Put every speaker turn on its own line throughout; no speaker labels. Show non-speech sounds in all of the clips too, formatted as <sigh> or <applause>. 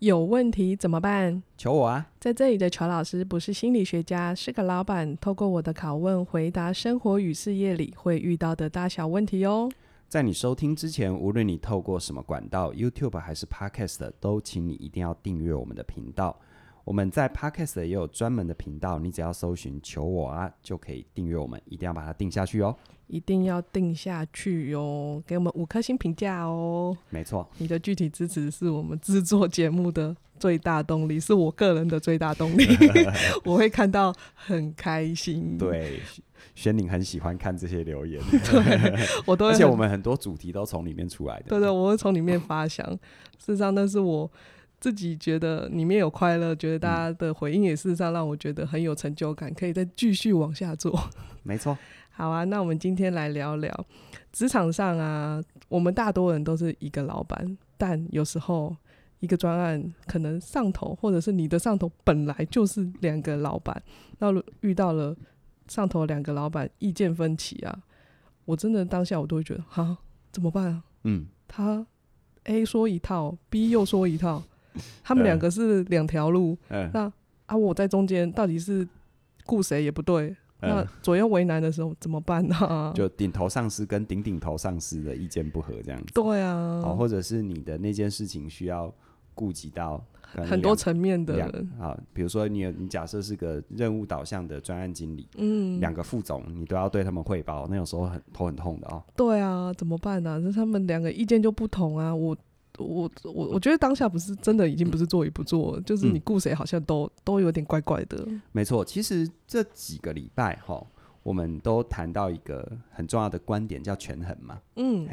有问题怎么办？
求我啊！
在这里的乔老师不是心理学家，是个老板。透过我的拷问，回答生活与事业里会遇到的大小问题哦。
在你收听之前，无论你透过什么管道，YouTube 还是 Podcast，都请你一定要订阅我们的频道。我们在 Podcast 也有专门的频道，你只要搜寻“求我啊”就可以订阅我们，一定要把它定下去哦。
一定要定下去哦，给我们五颗星评价哦。
没错，
你的具体支持是我们制作节目的最大动力，是我个人的最大动
<laughs>
力。我会看到很开心，
对，轩宁很喜欢看这些留 <laughs> 言，
我都会
而且
很
我们很多主题都从里面出来的。
对对，我会从里面发想。事实上，那是我自己觉得里面有快乐，觉得大家的回应也事实上让我觉得很有成就感，可以再继续往下做。
没错，
好啊，那我们今天来聊聊职场上啊，我们大多人都是一个老板，但有时候一个专案可能上头，或者是你的上头本来就是两个老板，那如遇到了上头两个老板意见分歧啊，我真的当下我都会觉得哈怎么办啊？
嗯，
他 A 说一套，B 又说一套，他们两个是两条路
嗯
啊，我在中间到底是顾谁也不对，那
嗯，
左右为难的时候怎么办啊呢、
就顶头上司跟顶顶头上司的意见不合这样子。
对
好，
啊，
或者是你的那件事情需要顾及到可能
很多
两
层面的
两
人，
啊，比如说你有你假设是个任务导向的专案经理，
嗯，
两个副总你都要对他们汇报，那有时候很头很痛的哦。
对啊，怎么办呢、啊？那他们两个意见就不同啊，我。我我我觉得当下不是真的已经不是做与不做，就是
嗯
你顾谁好像都都有点怪怪的。
没错，其实这几个礼拜哈、我们都谈到一个很重要的观点，叫权衡嘛。
嗯，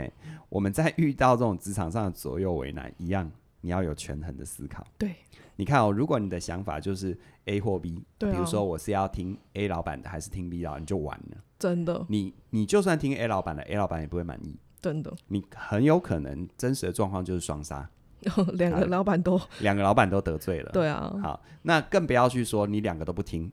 我们在遇到这种职场上的左右为难，一样你要有权衡的思考。
对
你看哦，如果你的想法就是 A 或 B，、
对啊
比如说我是要听 A 老板的还是听 B 老板，你就完了。
真的
你你就算听 A 老板的，A 老板也不会满意。
真的， <laughs>
你很有可能真实的状况就是双杀，
两个老板都
两个老板都得罪了。，
对啊，
好，那更不要去说你两个都不听，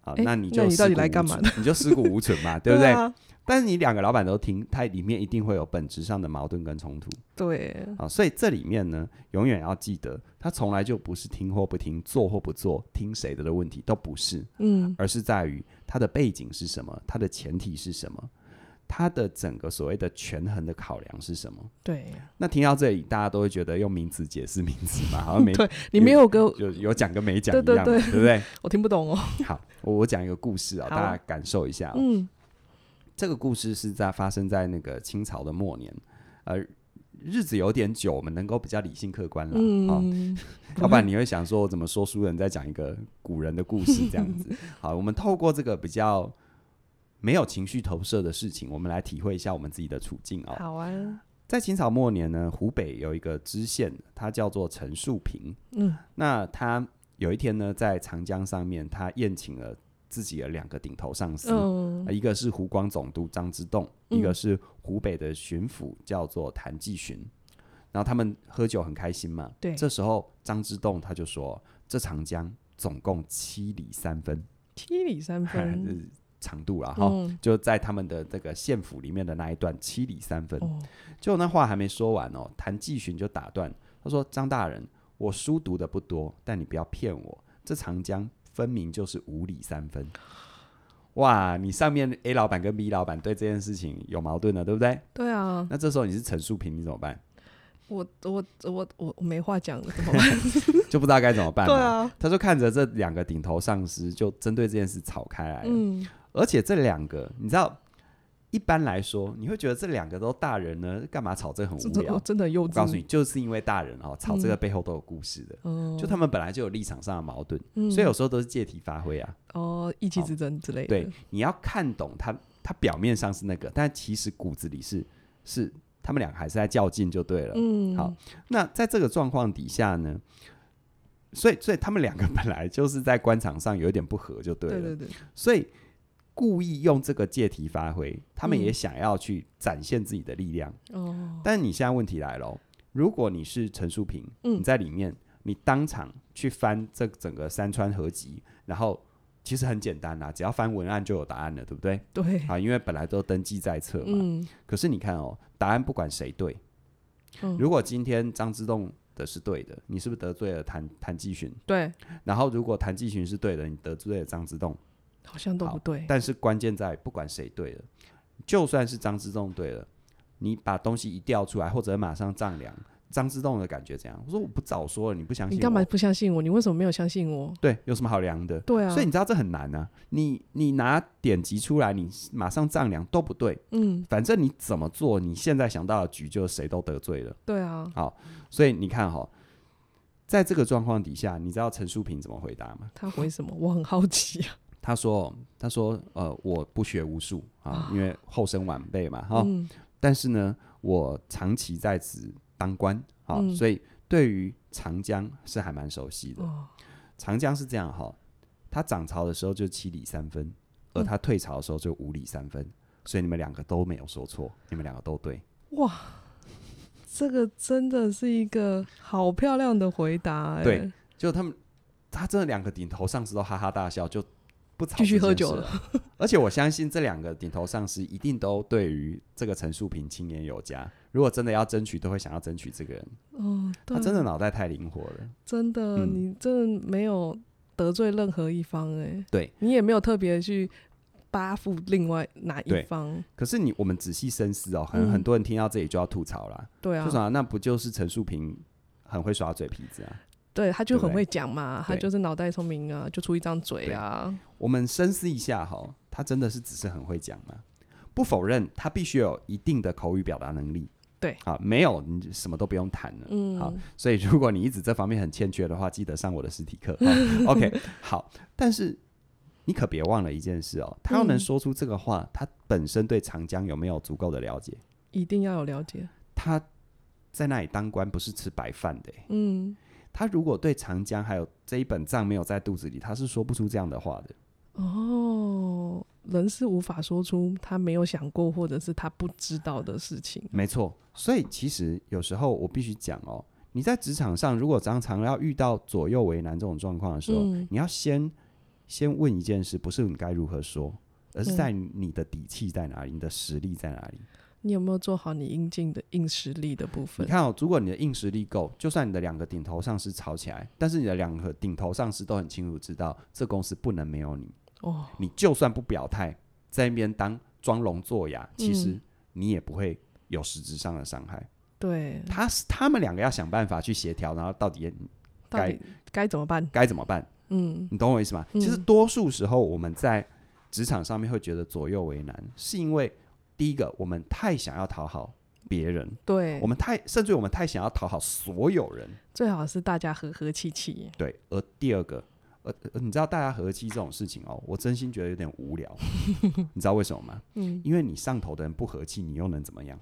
好，
诶
你
那
就
你到底
尸骨
来
无
干嘛
存？你就尸骨无存嘛，对不对？
啊
但是你两个老板都听，它里面一定会有本质上的矛盾跟冲突
对，
啊。所以这里面呢，永远要记得，它从来就不是听或不听、做或不做、听谁的的问题，都不是。
嗯，
而是在于它的背景是什么，它的前提是什么，它的整个所谓的权衡的考量是什么。
对，
那听到这里，大家都会觉得用名词解释名词嘛，好像
<laughs>
没
对你没有给我，
有有讲跟没讲
对
一
对
样嘛，
对
不对？
我听不懂哦。
好，我我讲一个故事啊、
好
大家感受一下哦、
嗯，
这个故事是在发生在那个清朝的末年，呃，日子有点久，我们能够比较理性客观了啊、哦
嗯，
要不然你会想说，我怎么说书人在讲一个古人的故事这样子？
<laughs>
好，我们透过这个比较没有情绪投射的事情，我们来体会一下我们自己的处境哦。
好啊，
在清朝末年呢，湖北有一个知县，他叫做陈树平。
嗯，
那他有一天呢，在长江上面，他宴请了自己的两个顶头上司，
嗯，
呃一个是湖广总督张之洞，
嗯
一个是湖北的巡抚叫做谭继寻。然后他们喝酒很开心嘛。
对
这时候张之洞他就说：“这长江总共七里三分，
七里三
<laughs>
<laughs>
这
分，
是长度了哈。
嗯，
就在他们的这个县府里面的那一段七里三分。
哦，
结果那话还没说完哦，谭继寻就打断他说：“张大人，我书读的不多，但你不要骗我，这长江分明就是五里三分。”哇，你上面 A 老板跟 B 老板对这件事情有矛盾了，对不对？
对啊，
那这时候你是陈树平，你怎么办？
我我我我我没话讲了，怎么
<laughs>
办？
就不知道该怎么办
对
了。
啊，
他就看着这两个顶头上司，就针对这件事吵开来了。
嗯，
而且这两个，你知道，一般来说，你会觉得这两个都大人呢，干嘛吵这个很
真
无
的
聊
我？真的幼
我告诉你，
稚，
就是因为大人哦，吵这个背后都有故事的。
嗯，
就他们本来就有立场上的矛盾，
嗯，
所以有时候都是借题发挥啊。
哦，意气之争之类的，
对，你要看懂他，他表面上是那个，但其实骨子里是是他们俩还是在较劲就对了。
嗯，
好，那在这个状况底下呢，所以所以他们两个本来就是在官场上有一点不合就对了，
对对对，
所以故意用这个借题发挥，他们
嗯
也想要去展现自己的力量。
哦，
但你现在问题来了哦，如果你是陈树平，
嗯
你在里面，你当场去翻这整个山川合集，然后其实很简单啊啦，只要翻文案就有答案了，对不对？
对，
啊，因为本来都登记在册嘛。
嗯
可是你看哦，答案不管谁对，
嗯
如果今天张之洞的是对的，你是不是得罪了谭谭继勋？
对，
然后如果谭继勋是对的，你得罪了张之洞。
好像都
好
不对。
但是关键在不管谁对了，就算是张之洞对了，你把东西一调出来，或者马上丈量，张之洞的感觉怎样？我说我不早说了，你不相信
你
我
干嘛不相信我？你为什么没有相信我？
对，有什么好量的？
对啊，
所以你知道这很难啊！你你拿典籍出来，你马上丈量都不对。
嗯，
反正你怎么做，你现在想到的局就是谁都得罪了。
对啊，
所以你看哈、在这个状况底下，你知道陈淑平怎么回答吗？
他回什么？我很好奇啊。
他说：“他说呃，我不学无术啊，因为后生晚辈嘛哈、
嗯，
但是呢，我长期在此当官啊、
嗯
所以对于长江是还蛮熟悉的。
哦，
长江是这样哈，他涨潮的时候就七里三分，
嗯
而他退潮的时候就五里三分，所以你们两个都没有说错，你们两个都对。
这个真的是一个好漂亮的回答、欸。
对，就他们，他真的两个顶头上司都哈哈大笑，就不吵
继续
这件
喝酒
事了。而且我相信这两个顶头上司一定都对于这个陈树平青眼有加，如果真的要争取，都会想要争取这个人。
哦，对
他，真的脑袋太灵活了。
真的，
嗯
你真的没有得罪任何一方、欸，哎，
对，
你也没有特别去扒附另外哪一
对
方，
可是你我们仔细深思哦，可能
嗯
很多人听到这里就要吐槽啦，
对
就
啊，
啥、那不就是陈树平很会耍嘴皮子啊？
对，他就
对不
很
对
会讲嘛，他
对
就是脑袋聪明啊，就出一张嘴啊，
我们深思一下哈，他真的是只是很会讲吗？不否认，他必须有一定的口语表达能力。
对，
好，没有你什么都不用谈了。好
嗯，
所以如果你一直这方面很欠缺的话，记得上我的实体课。
<laughs>
哦 OK，好，但是你可别忘了一件事哦，他要能
嗯
说出这个话，他本身对长江有没有足够的了解？
一定要有了解，
他在那里当官不是吃白饭的欸、
嗯，
他如果对长江还有这一本账没有在肚子里，他是说不出这样的话的。
嗯哦，人是无法说出他没有想过或者是他不知道的事情，
没错，所以其实有时候我必须讲哦，你在职场上如果常常要遇到左右为难这种状况的时候，
嗯
你要先先问一件事，不是你该如何说，而是
对
在你的底气在哪里，你的实力在哪里。
你有没有做好你应尽的硬实力的部
你
分？
看哦，如果你的硬实力够，就算你的两个顶头上司吵起来，但是你的两个顶头上司都很清楚知道，这公司不能没有你。
哦，
你就算不表态，在那边当装聋作哑，其实
嗯
你也不会有实质上的伤害。
对，
他是他们两个要想办法去协调，然后到底
到底该怎么办？
该怎么办？
嗯，
你懂我意思吗？
嗯
其实多数时候我们在职场上面会觉得左右为难，是因为第一个我们太想要讨好别人，
对
我，们太甚至我们太想要讨好所有人，
最好是大家和和气气。
对。而第二个，呃，呃你知道大家和气这种事情哦，我真心觉得有点无聊，你知道为什么吗？
嗯，
因为你上头的人不和气，你又能怎么样？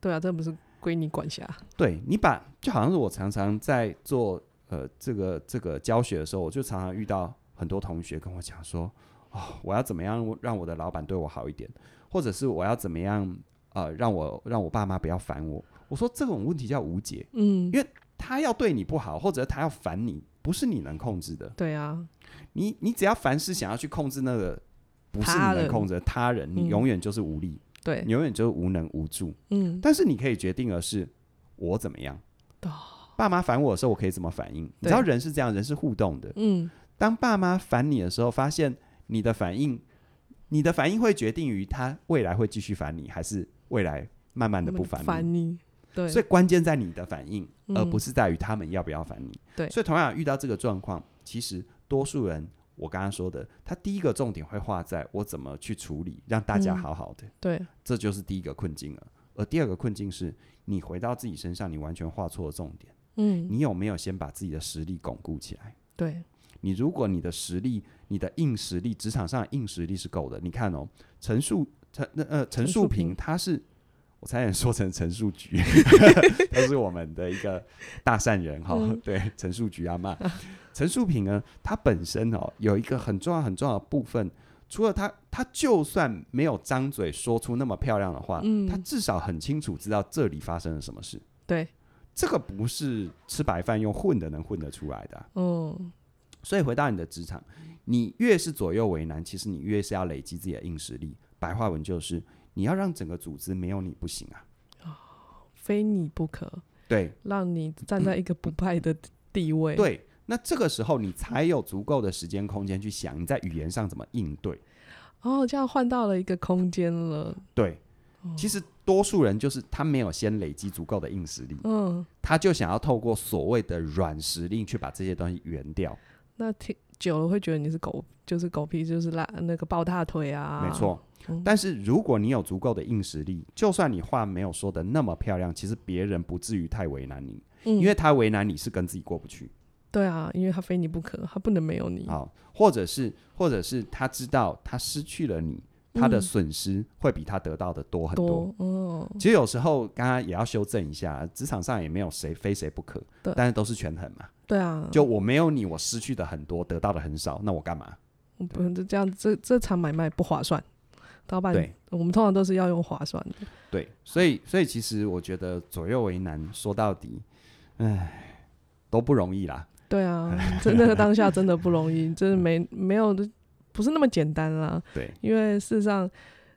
对啊，这不是归你管辖。
对你把就好像是我常常在做呃这个这个教学的时候，我就常常遇到很多同学跟我讲说，哦，我要怎么样让我的老板对我好一点，或者是我要怎么样呃让我让我爸妈不要烦我。我说这种问题叫无解，
嗯
因，为他要对你不好，或者他要烦你，不是你能控制的。
对啊，
你你只要凡事想要去控制那个，不是你
他
能
人
控制的他人，你
嗯
永远就是无力，
对
你，永远就是无能无助。
嗯，
但是你可以决定的是我怎么样
哦。
爸妈烦我的时候，我可以怎么反应？你知道人是这样，人是互动的。
嗯，
当爸妈烦你的时候，发现你的反应，你的反应会决定于他未来会继续烦你，还是未来慢慢的不烦你。
烦你，对，
所以关键在你的反应，
嗯
而不是在于他们要不要烦你。
对
所以同样遇到这个状况，其实多数人我刚刚说的，他第一个重点会画在我怎么去处理，让大家
嗯
好好的。
对，
这就是第一个困境了。而第二个困境是你回到自己身上，你完全画错了重点。
嗯，
你有没有先把自己的实力巩固起来？
对，
你如果你的实力、你的硬实力、职场上的硬实力是够的，你看哦，陈树陈那呃陈
陈
树
树
平
平
他是。我差点说成陈树菊， <laughs> 他是我们的一个大善人哈、
嗯
对，陈树菊阿妈，陈树平呢，他本身哦有一个很重要很重要的部分，除了他，他就算没有张嘴说出那么漂亮的话，
嗯
啊他至少很清楚知道这里发生了什么事。
对，
这个不是吃白饭用混的能混得出来的啊、
嗯，
所以回到你的职场，你越是左右为难，其实你越是要累积自己的硬实力。白话文就是你要让整个组织没有你不行啊。
非你不可。
对
让你站在一个不败的地位。，
对，那这个时候你才有足够的时间空间去想你在语言上怎么应对。
哦，这样换到了一个空间了。
对，其实多数人就是他没有先累积足够的硬实力，
嗯，
他就想要透过所谓的软实力去把这些东西圆掉。
那听久了会觉得你是狗，就是狗屁，就是拉那个抱大腿啊。
没，错
嗯。
但是如果你有足够的硬实力，就算你话没有说的那么漂亮，其实别人不至于太为难你，
嗯
因为他为难你是跟自己过不去。
对啊，因为他非你不可，他不能没有你。
好，或者是或者是他知道他失去了你，他的
嗯
损失会比他得到的多很
多，嗯，
其实有时候刚刚也要修正一下，职场上也没有谁非谁不可
对，
但是都是权衡嘛。
对啊，
就我没有你，我失去的很多，得到的很少，那我干嘛？
我不能就这样，这这场买卖不划算。老板，
对
我们通常都是要用划算的。
对，所以所以其实我觉得左右为难，说到底，唉，都不容易啦。
对啊，
<laughs>
真的当下真的不容易，真的没没有不是那么简单啦。
对
因为事实上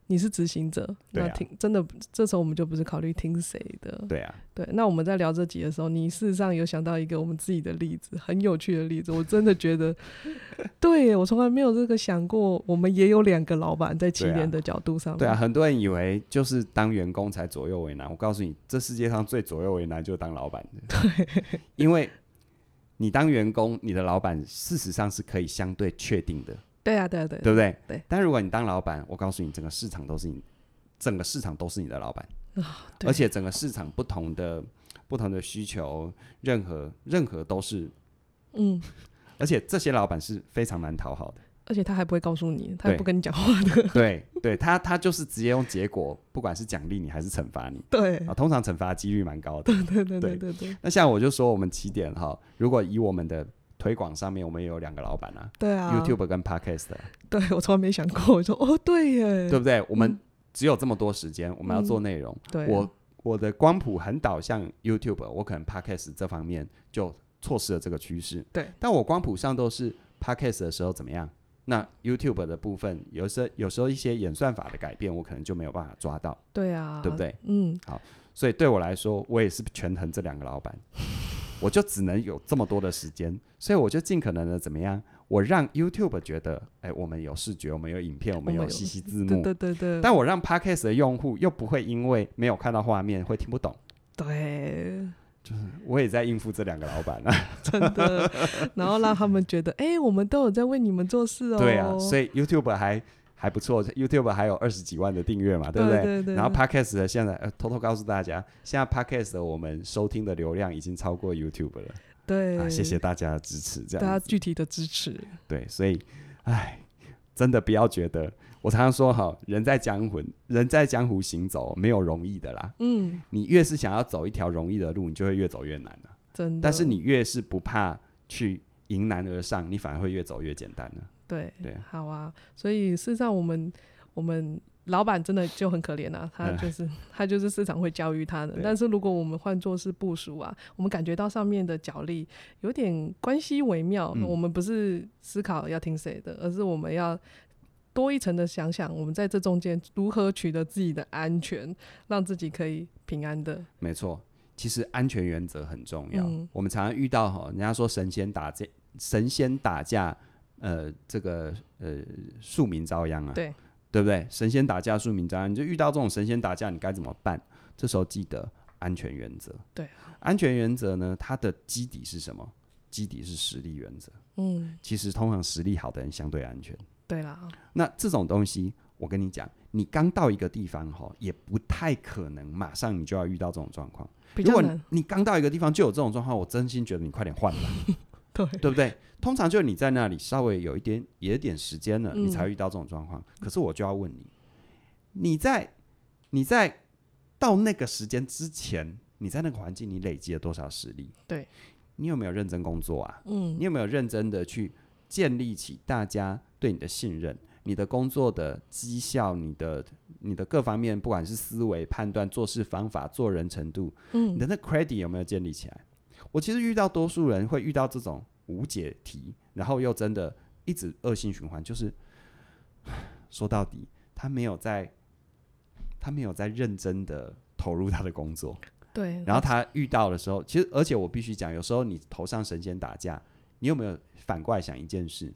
你是执行者，
对
那
啊
听、真的这时候我们就不是考虑听谁的。
对啊，
对，那我们在聊这集的时候，你事实上有想到一个我们自己的例子，很有趣的例子，我真的觉
<laughs>
得，对耶我从来没有这个想过，我们也有两个老板在起
对啊
点的角度上面。
对啊，很多人以为就是当员工才左右为难。我告诉你，这世界上最左右为难就是当老板的。对， <laughs> 因为你当员工，你的老板事实上是可以相对确定的。
对啊，对啊，对啊，
对不对？
对
但如果你当老板，我告诉你，整个市场都是你，整个市场都是你的老板，
对
而且整个市场不同的不同的需求，任何任何都是，
嗯，
而且这些老板是非常难讨好的。
而且他还不会告诉你，他也
对
不跟你讲话的。
对，对他他就是直接用结果，不管是奖励你还是惩罚你
对，
啊，通常惩罚几率蛮高的。
对对对
对
对对，
那像我就说，我们起点哈，如果以我们的推广上面，我们也有两个老板啊
对啊
y o u t u b e 跟 Podcast，啊、
对我从来没想过，我说哦，对耶，
对不对？我们只有这么多时间，我们要做内容。
对啊
我我的光谱很导向 YouTube，我可能 Podcast 这方面就错失了这个趋势。
对，
但我光谱上都是 Podcast 的时候怎么样？那 YouTube 的部分，有时有时候一些演算法的改变，我可能就没有办法抓到，
对啊，
对不？对？
嗯，
所以对我来说，我也是权衡这两个
<laughs>
老板，我就只能有这么多的时间，所以我就尽可能的怎么样？我让 YouTube 觉得，哎，我们有视觉，我们有影片，我们
我们
有
有
信息字
对
幕，
对对对，
但我让 Podcast 的用户又不会因为没有看到画面会听不懂。
对，
我也在应付这两个老板
<laughs>
啊，
真的，然后让他们觉得，哎、我们都有在为你们做事哦。
对
<laughs>
啊，所
以
以 YouTube 还还不错，YouTube 还有二十几万的订阅嘛，
对
不
对对对
然后 Podcast 的现在、呃、偷偷告诉大家，现在 Podcast 的我们收听的流量已经超过 YouTube 了
对、
啊，谢谢大家的支持，这
大
样
家
子
具体的支持。
对，所以唉，真的不要觉得，我常常说哈，人在江湖，人在江湖行走没有容易的啦，
嗯，
你越是想要走一条容易的路，你就会越走越难了、
真的。
但是你越是不怕去迎难而上，你反而会越走越简单啊呢、
对
对
好啊，所以事实上我们我们。老板真的就很可怜啊，他就是、他就是市场会教育他的。
嗯对
但是如果我们换作是部署啊，我们感觉到上面的角力有点关系微妙，
嗯
我们不是思考要听谁的，而是我们要多一层的想想，我们在这中间如何取得自己的安全，让自己可以平安的。
没错，其实安全原则很重要。
嗯
我们常常遇到哈，人家说神仙打架，神仙打架，呃，这个呃，庶民遭殃啊，
对
对不对？神仙打架，庶民遭殃，你就遇到这种神仙打架，你该怎么办？这时候记得安全原则。
对，
安全原则呢，它的基底是什么？基底是实力原则。
嗯，
其实通常实力好的人相对安全。
对啦，
那这种东西，我跟你讲，你刚到一个地方哈，也不太可能马上你就要遇到这种状况。
比
如
较
果
难
你。你刚到一个地方就有这种状况，我真心觉得你快点换吧，
<laughs> 对
对不对？通常就是你在那里稍微有一点也有点时间了，
嗯
你才会遇到这种状况。可是我就要问你，你在你在到那个时间之前，你在那个环境你累积了多少实力？
对，
你有没有认真工作啊？
嗯
你有没有认真的去建立起大家对你的信任？你的工作的绩效，你的你的各方面，不管是思维、判断、做事方法、做人程度，你
嗯
的那 credit 有没有建立起来？我其实遇到多数人会遇到这种无解题，然后又真的一直恶性循环，就是 <sighs> 说到底，他没有在他没有在认真的投入他的工作，
对，
然后他遇到的时候，其实而且我必须讲，有时候你头上神仙打架，你有没有反过来想一件事？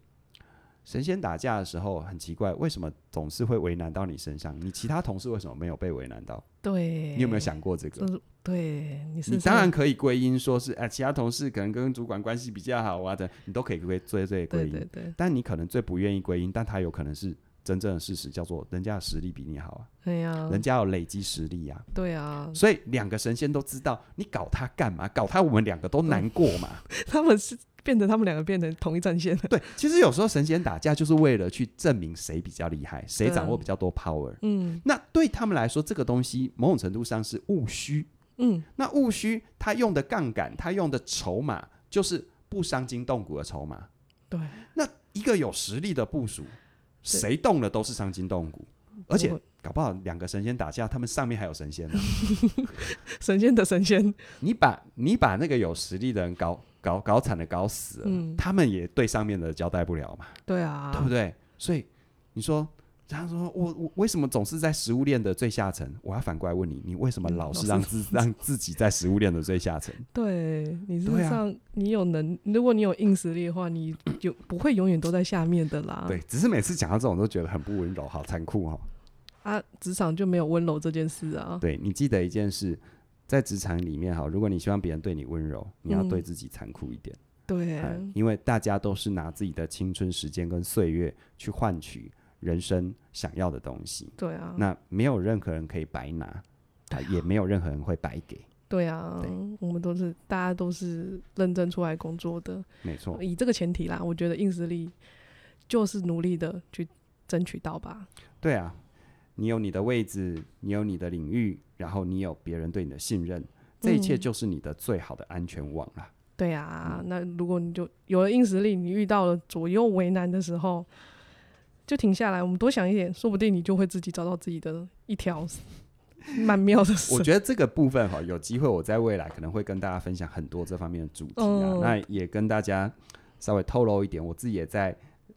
神仙打架的时候很奇怪，为什么总是会为难到你身上？你其他同事为什么没有被为难到？
对，
你有没有想过这个？
这是？对，你是
你当然可以归因说是，哎，其他同事可能跟主管关系比较好啊的，你都可以归最最归
对
因。
对对，
但你可能最不愿意归因，但他有可能是真正的事实，叫做人家的实力比你好
哎呀
啊，，人家有累积实力啊。
对啊，
所以两个神仙都知道，你搞他干嘛？搞他，我们两个都难过
<laughs>
嘛。
他们是变成他们两个变成同一战线了。
对，其实有时候神仙打架就是为了去证明谁比较厉害，谁掌握比较多 power。
嗯
那对他们来说，这个东西某种程度上是务虚。
嗯，
那务虚，他用的杠杆，他用的筹码，就是不伤筋动骨的筹码。
对，
那一个有实力的部署，谁动了都是伤筋动骨，而且
不会
搞不好两个神仙打架，他们上面还有神仙呢。 <laughs>
神仙的神仙，
你把你把那个有实力的人搞搞搞惨了，搞死了，
嗯
他们也对上面的交代不了嘛，
对啊，
对不对？所以你说。他说：“我我为什么总是在食物链的最下层？我要反过来问你，你为什么
嗯
老是
老
让
是
自让自己在食物链的最下层？
对你事
对
实
啊
上、你有能，如果你有硬实力的话，你有不会永远都在下面的啦。
对，只是每次讲到这种都觉得很不温柔，好残酷哦。
啊，职场就没有温柔这件事啊。
对你记得一件事，在职场里面哈，如果你希望别人对你温柔，你要
嗯
对自己残酷一点。
对，
哎因为大家都是拿自己的青春时间跟岁月去换取人生想要的东西，
对啊，
那没有任何人可以白拿，啊，也没有任何人会白给，
对啊
对，
我们都是大家都是认真出来工作的，
没错。
以这个前提啦，我觉得硬实力就是努力的去争取到吧。
对啊，你有你的位置，你有你的领域，然后你有别人对你的信任，这一切
嗯
就是你的最好的安全网啦。
对啊，
嗯
那如果你就有了硬实力，你遇到了左右为难的时候，就停下来，我们多想一点，说不定你就会自己找到自己的一条曼妙的
我
绳。
觉得这个部分哈，有机会我在未来可能会跟大家分享很多这方面的主题啊。
嗯
那也跟大家稍微透露一点，我自己也在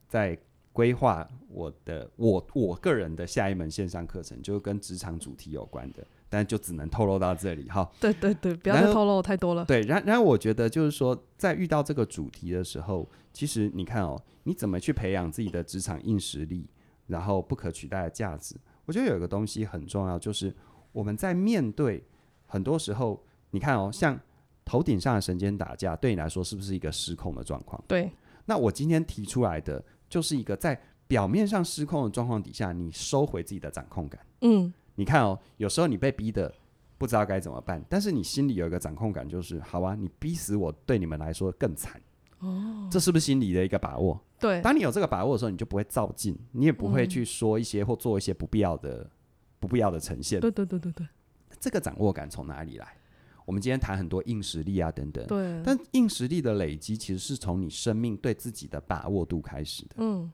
在规划我的我我个人的下一门线上课程，就是跟职场主题有关的，但就只能透露到这里哈。
<laughs> 对对对，不要
然
再
后
透露太多了。
对，然然后我觉得就是说，在遇到这个主题的时候，其实你看哦，你怎么去培养自己的职场硬实力，然后不可取代的价值？我觉得有一个东西很重要，就是我们在面对很多时候，你看哦，像头顶上的神仙打架，对你来说是不是一个失控的状况？
对
那我今天提出来的就是一个在表面上失控的状况底下，你收回自己的掌控感。
嗯，
你看哦，有时候你被逼的不知道该怎么办，但是你心里有一个掌控感，就是好啊，你逼死我，对你们来说更惨。哦，这是不是心里的一个把握？
对
当你有这个把握的时候，你就不会照进，你也不会去说一些或做一些不必要的、不必要的呈现。
对对对对对
这个掌握感从哪里来？我们今天谈很多硬实力啊等等，
对，
但硬实力的累积其实是从你生命对自己的把握度开始的。
嗯，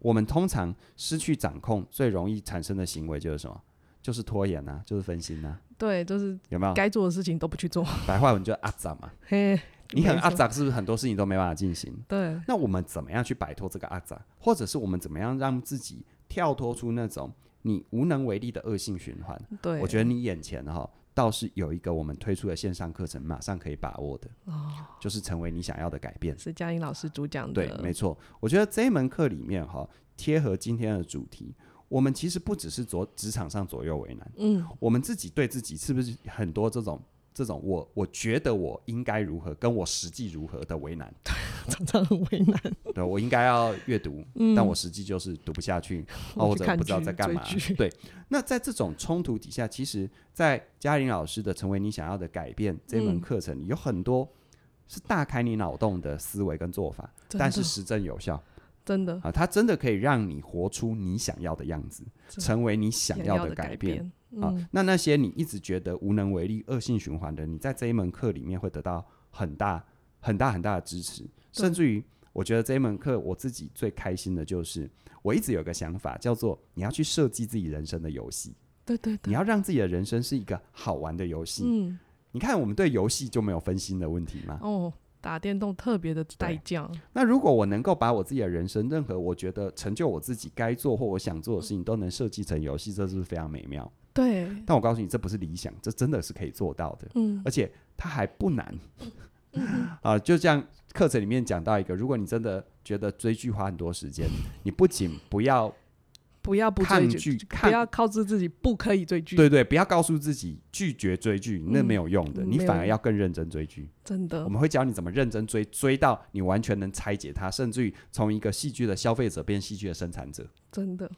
我们通常失去掌控，最容易产生的行为就是什么？就是拖延啊，就是分心啊，
对，就是
有没有？
该做的事情都不
<laughs>
去做。
白话文就是阿杂嘛。
嘿，
你很
没
阿
错
杂，是不是很多事情都没办法进行？
对，
那我们怎么样去摆脱这个阿杂，或者是我们怎么样让自己跳脱出那种你无能为力的恶性循环？
对，
我觉得你眼前哈、倒是有一个我们推出的线上课程，马上可以把握的，就是成为你想要的改变。
是嘉玲老师主讲的，
对，没错。我觉得这一门课里面哈、贴合今天的主题，我们其实不只是左职场上左右为难，
嗯，
我们自己对自己是不是很多这种这种我我觉得我应该如何，跟我实际如何的为难？
常常很为难。
对我应该要阅读，
<laughs> 嗯，
但我实际就是读不
<laughs>
下去，啊
我
或
去
者
看
不知道
剧
在干
追
嘛
剧。
对，那在这种冲突底下，其实，在嘉玲老师的《成为你想要的改变》这门
嗯
课程里，有很多是大开你脑洞的思维跟做法，
真
但
的
是实证有效。
真的
啊，它真的可以让你活出你想要的样子，
真
成为你想要
的
的改变。
变，
啊
嗯，，
那那些你一直觉得无能为力、恶性循环的，你在这一门课里面会得到很大、很大、很大的支持，
对
甚至于，我觉得这一门课我自己最开心的就是，我一直有个想法，叫做你要去设计自己人生的游戏，
对对
你
对，
要让自己的人生是一个好玩的游戏。
嗯，
你啊看，我们对游戏就没有分心的问题嘛。
哦，打电动特别的带劲，
那如果我能够把我自己的人生任何我觉得成就我自己该做或我想做的事情都能设计成游戏，这是不是非常美妙？
对，
但我告诉你，这不是理想，这真的是可以做到的，
嗯
而且它还不难。 <laughs> 啊、就像课程里面讲到一个，如果你真的觉得追剧花很多时
<laughs>
间，你不仅不要
不要不
抗
追剧，
拒，
不
抗
要告知自己不可以追剧，
对对，不要告诉自己拒绝追剧，那没有用的，
嗯
你
没有
反而
用
要更认真追剧。
真
我
的，
们会教你怎么认真追，追到你完全能拆解它，甚至于从一个戏剧的消费者变戏剧的生产者。
真的，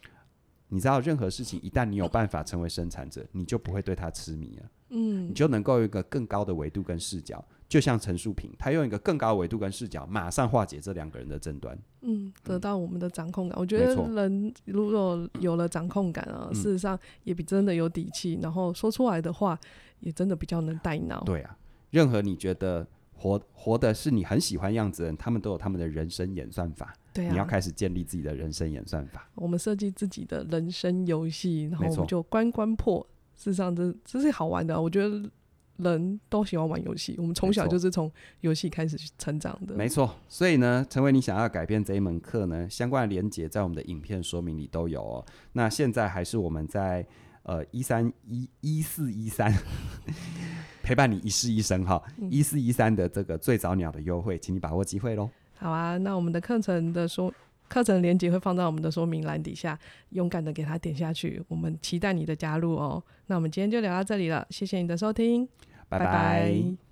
你知道，任何事情一旦你有办法成为生产者，你就不会对它痴迷了，你
嗯，
就能够有一个更高的维度跟视角。就像陈树平，他用一个更高的维度跟视角，马上化解这两个人的争端。
嗯，得到我们的掌控感。我觉
没
得
错
人如果有了掌控感啊，
嗯
事实上也比真的有底气，然后说出来的话也真的比较能带脑。
对啊，任何你觉得活活的是你很喜欢样子的人，他们都有他们的人生演算法，
对
你要
啊，
开始建立自己的人生演算法。
我们设计自己的人生游戏，然后我
没错
们就关关破。事实上这，这是好玩的啊、我觉得人都喜欢玩游戏，我们从小
没错
就是从游戏开始成长的。
没错，所以呢，成为你想要改变这一门课呢，相关的连接在我们的影片说明里都有哦。那现在还是我们在呃一三一一四一三 <laughs> 陪伴你一世一生哈，一四一三的这个最早鸟的优惠，请你把握机会喽。
好啊，那我们的课程的说课程链接会放到我们的说明栏底下，勇敢的给它点下去。我们期待你的加入哦。那我们今天就聊到这里了，谢谢你的收听，
拜拜
拜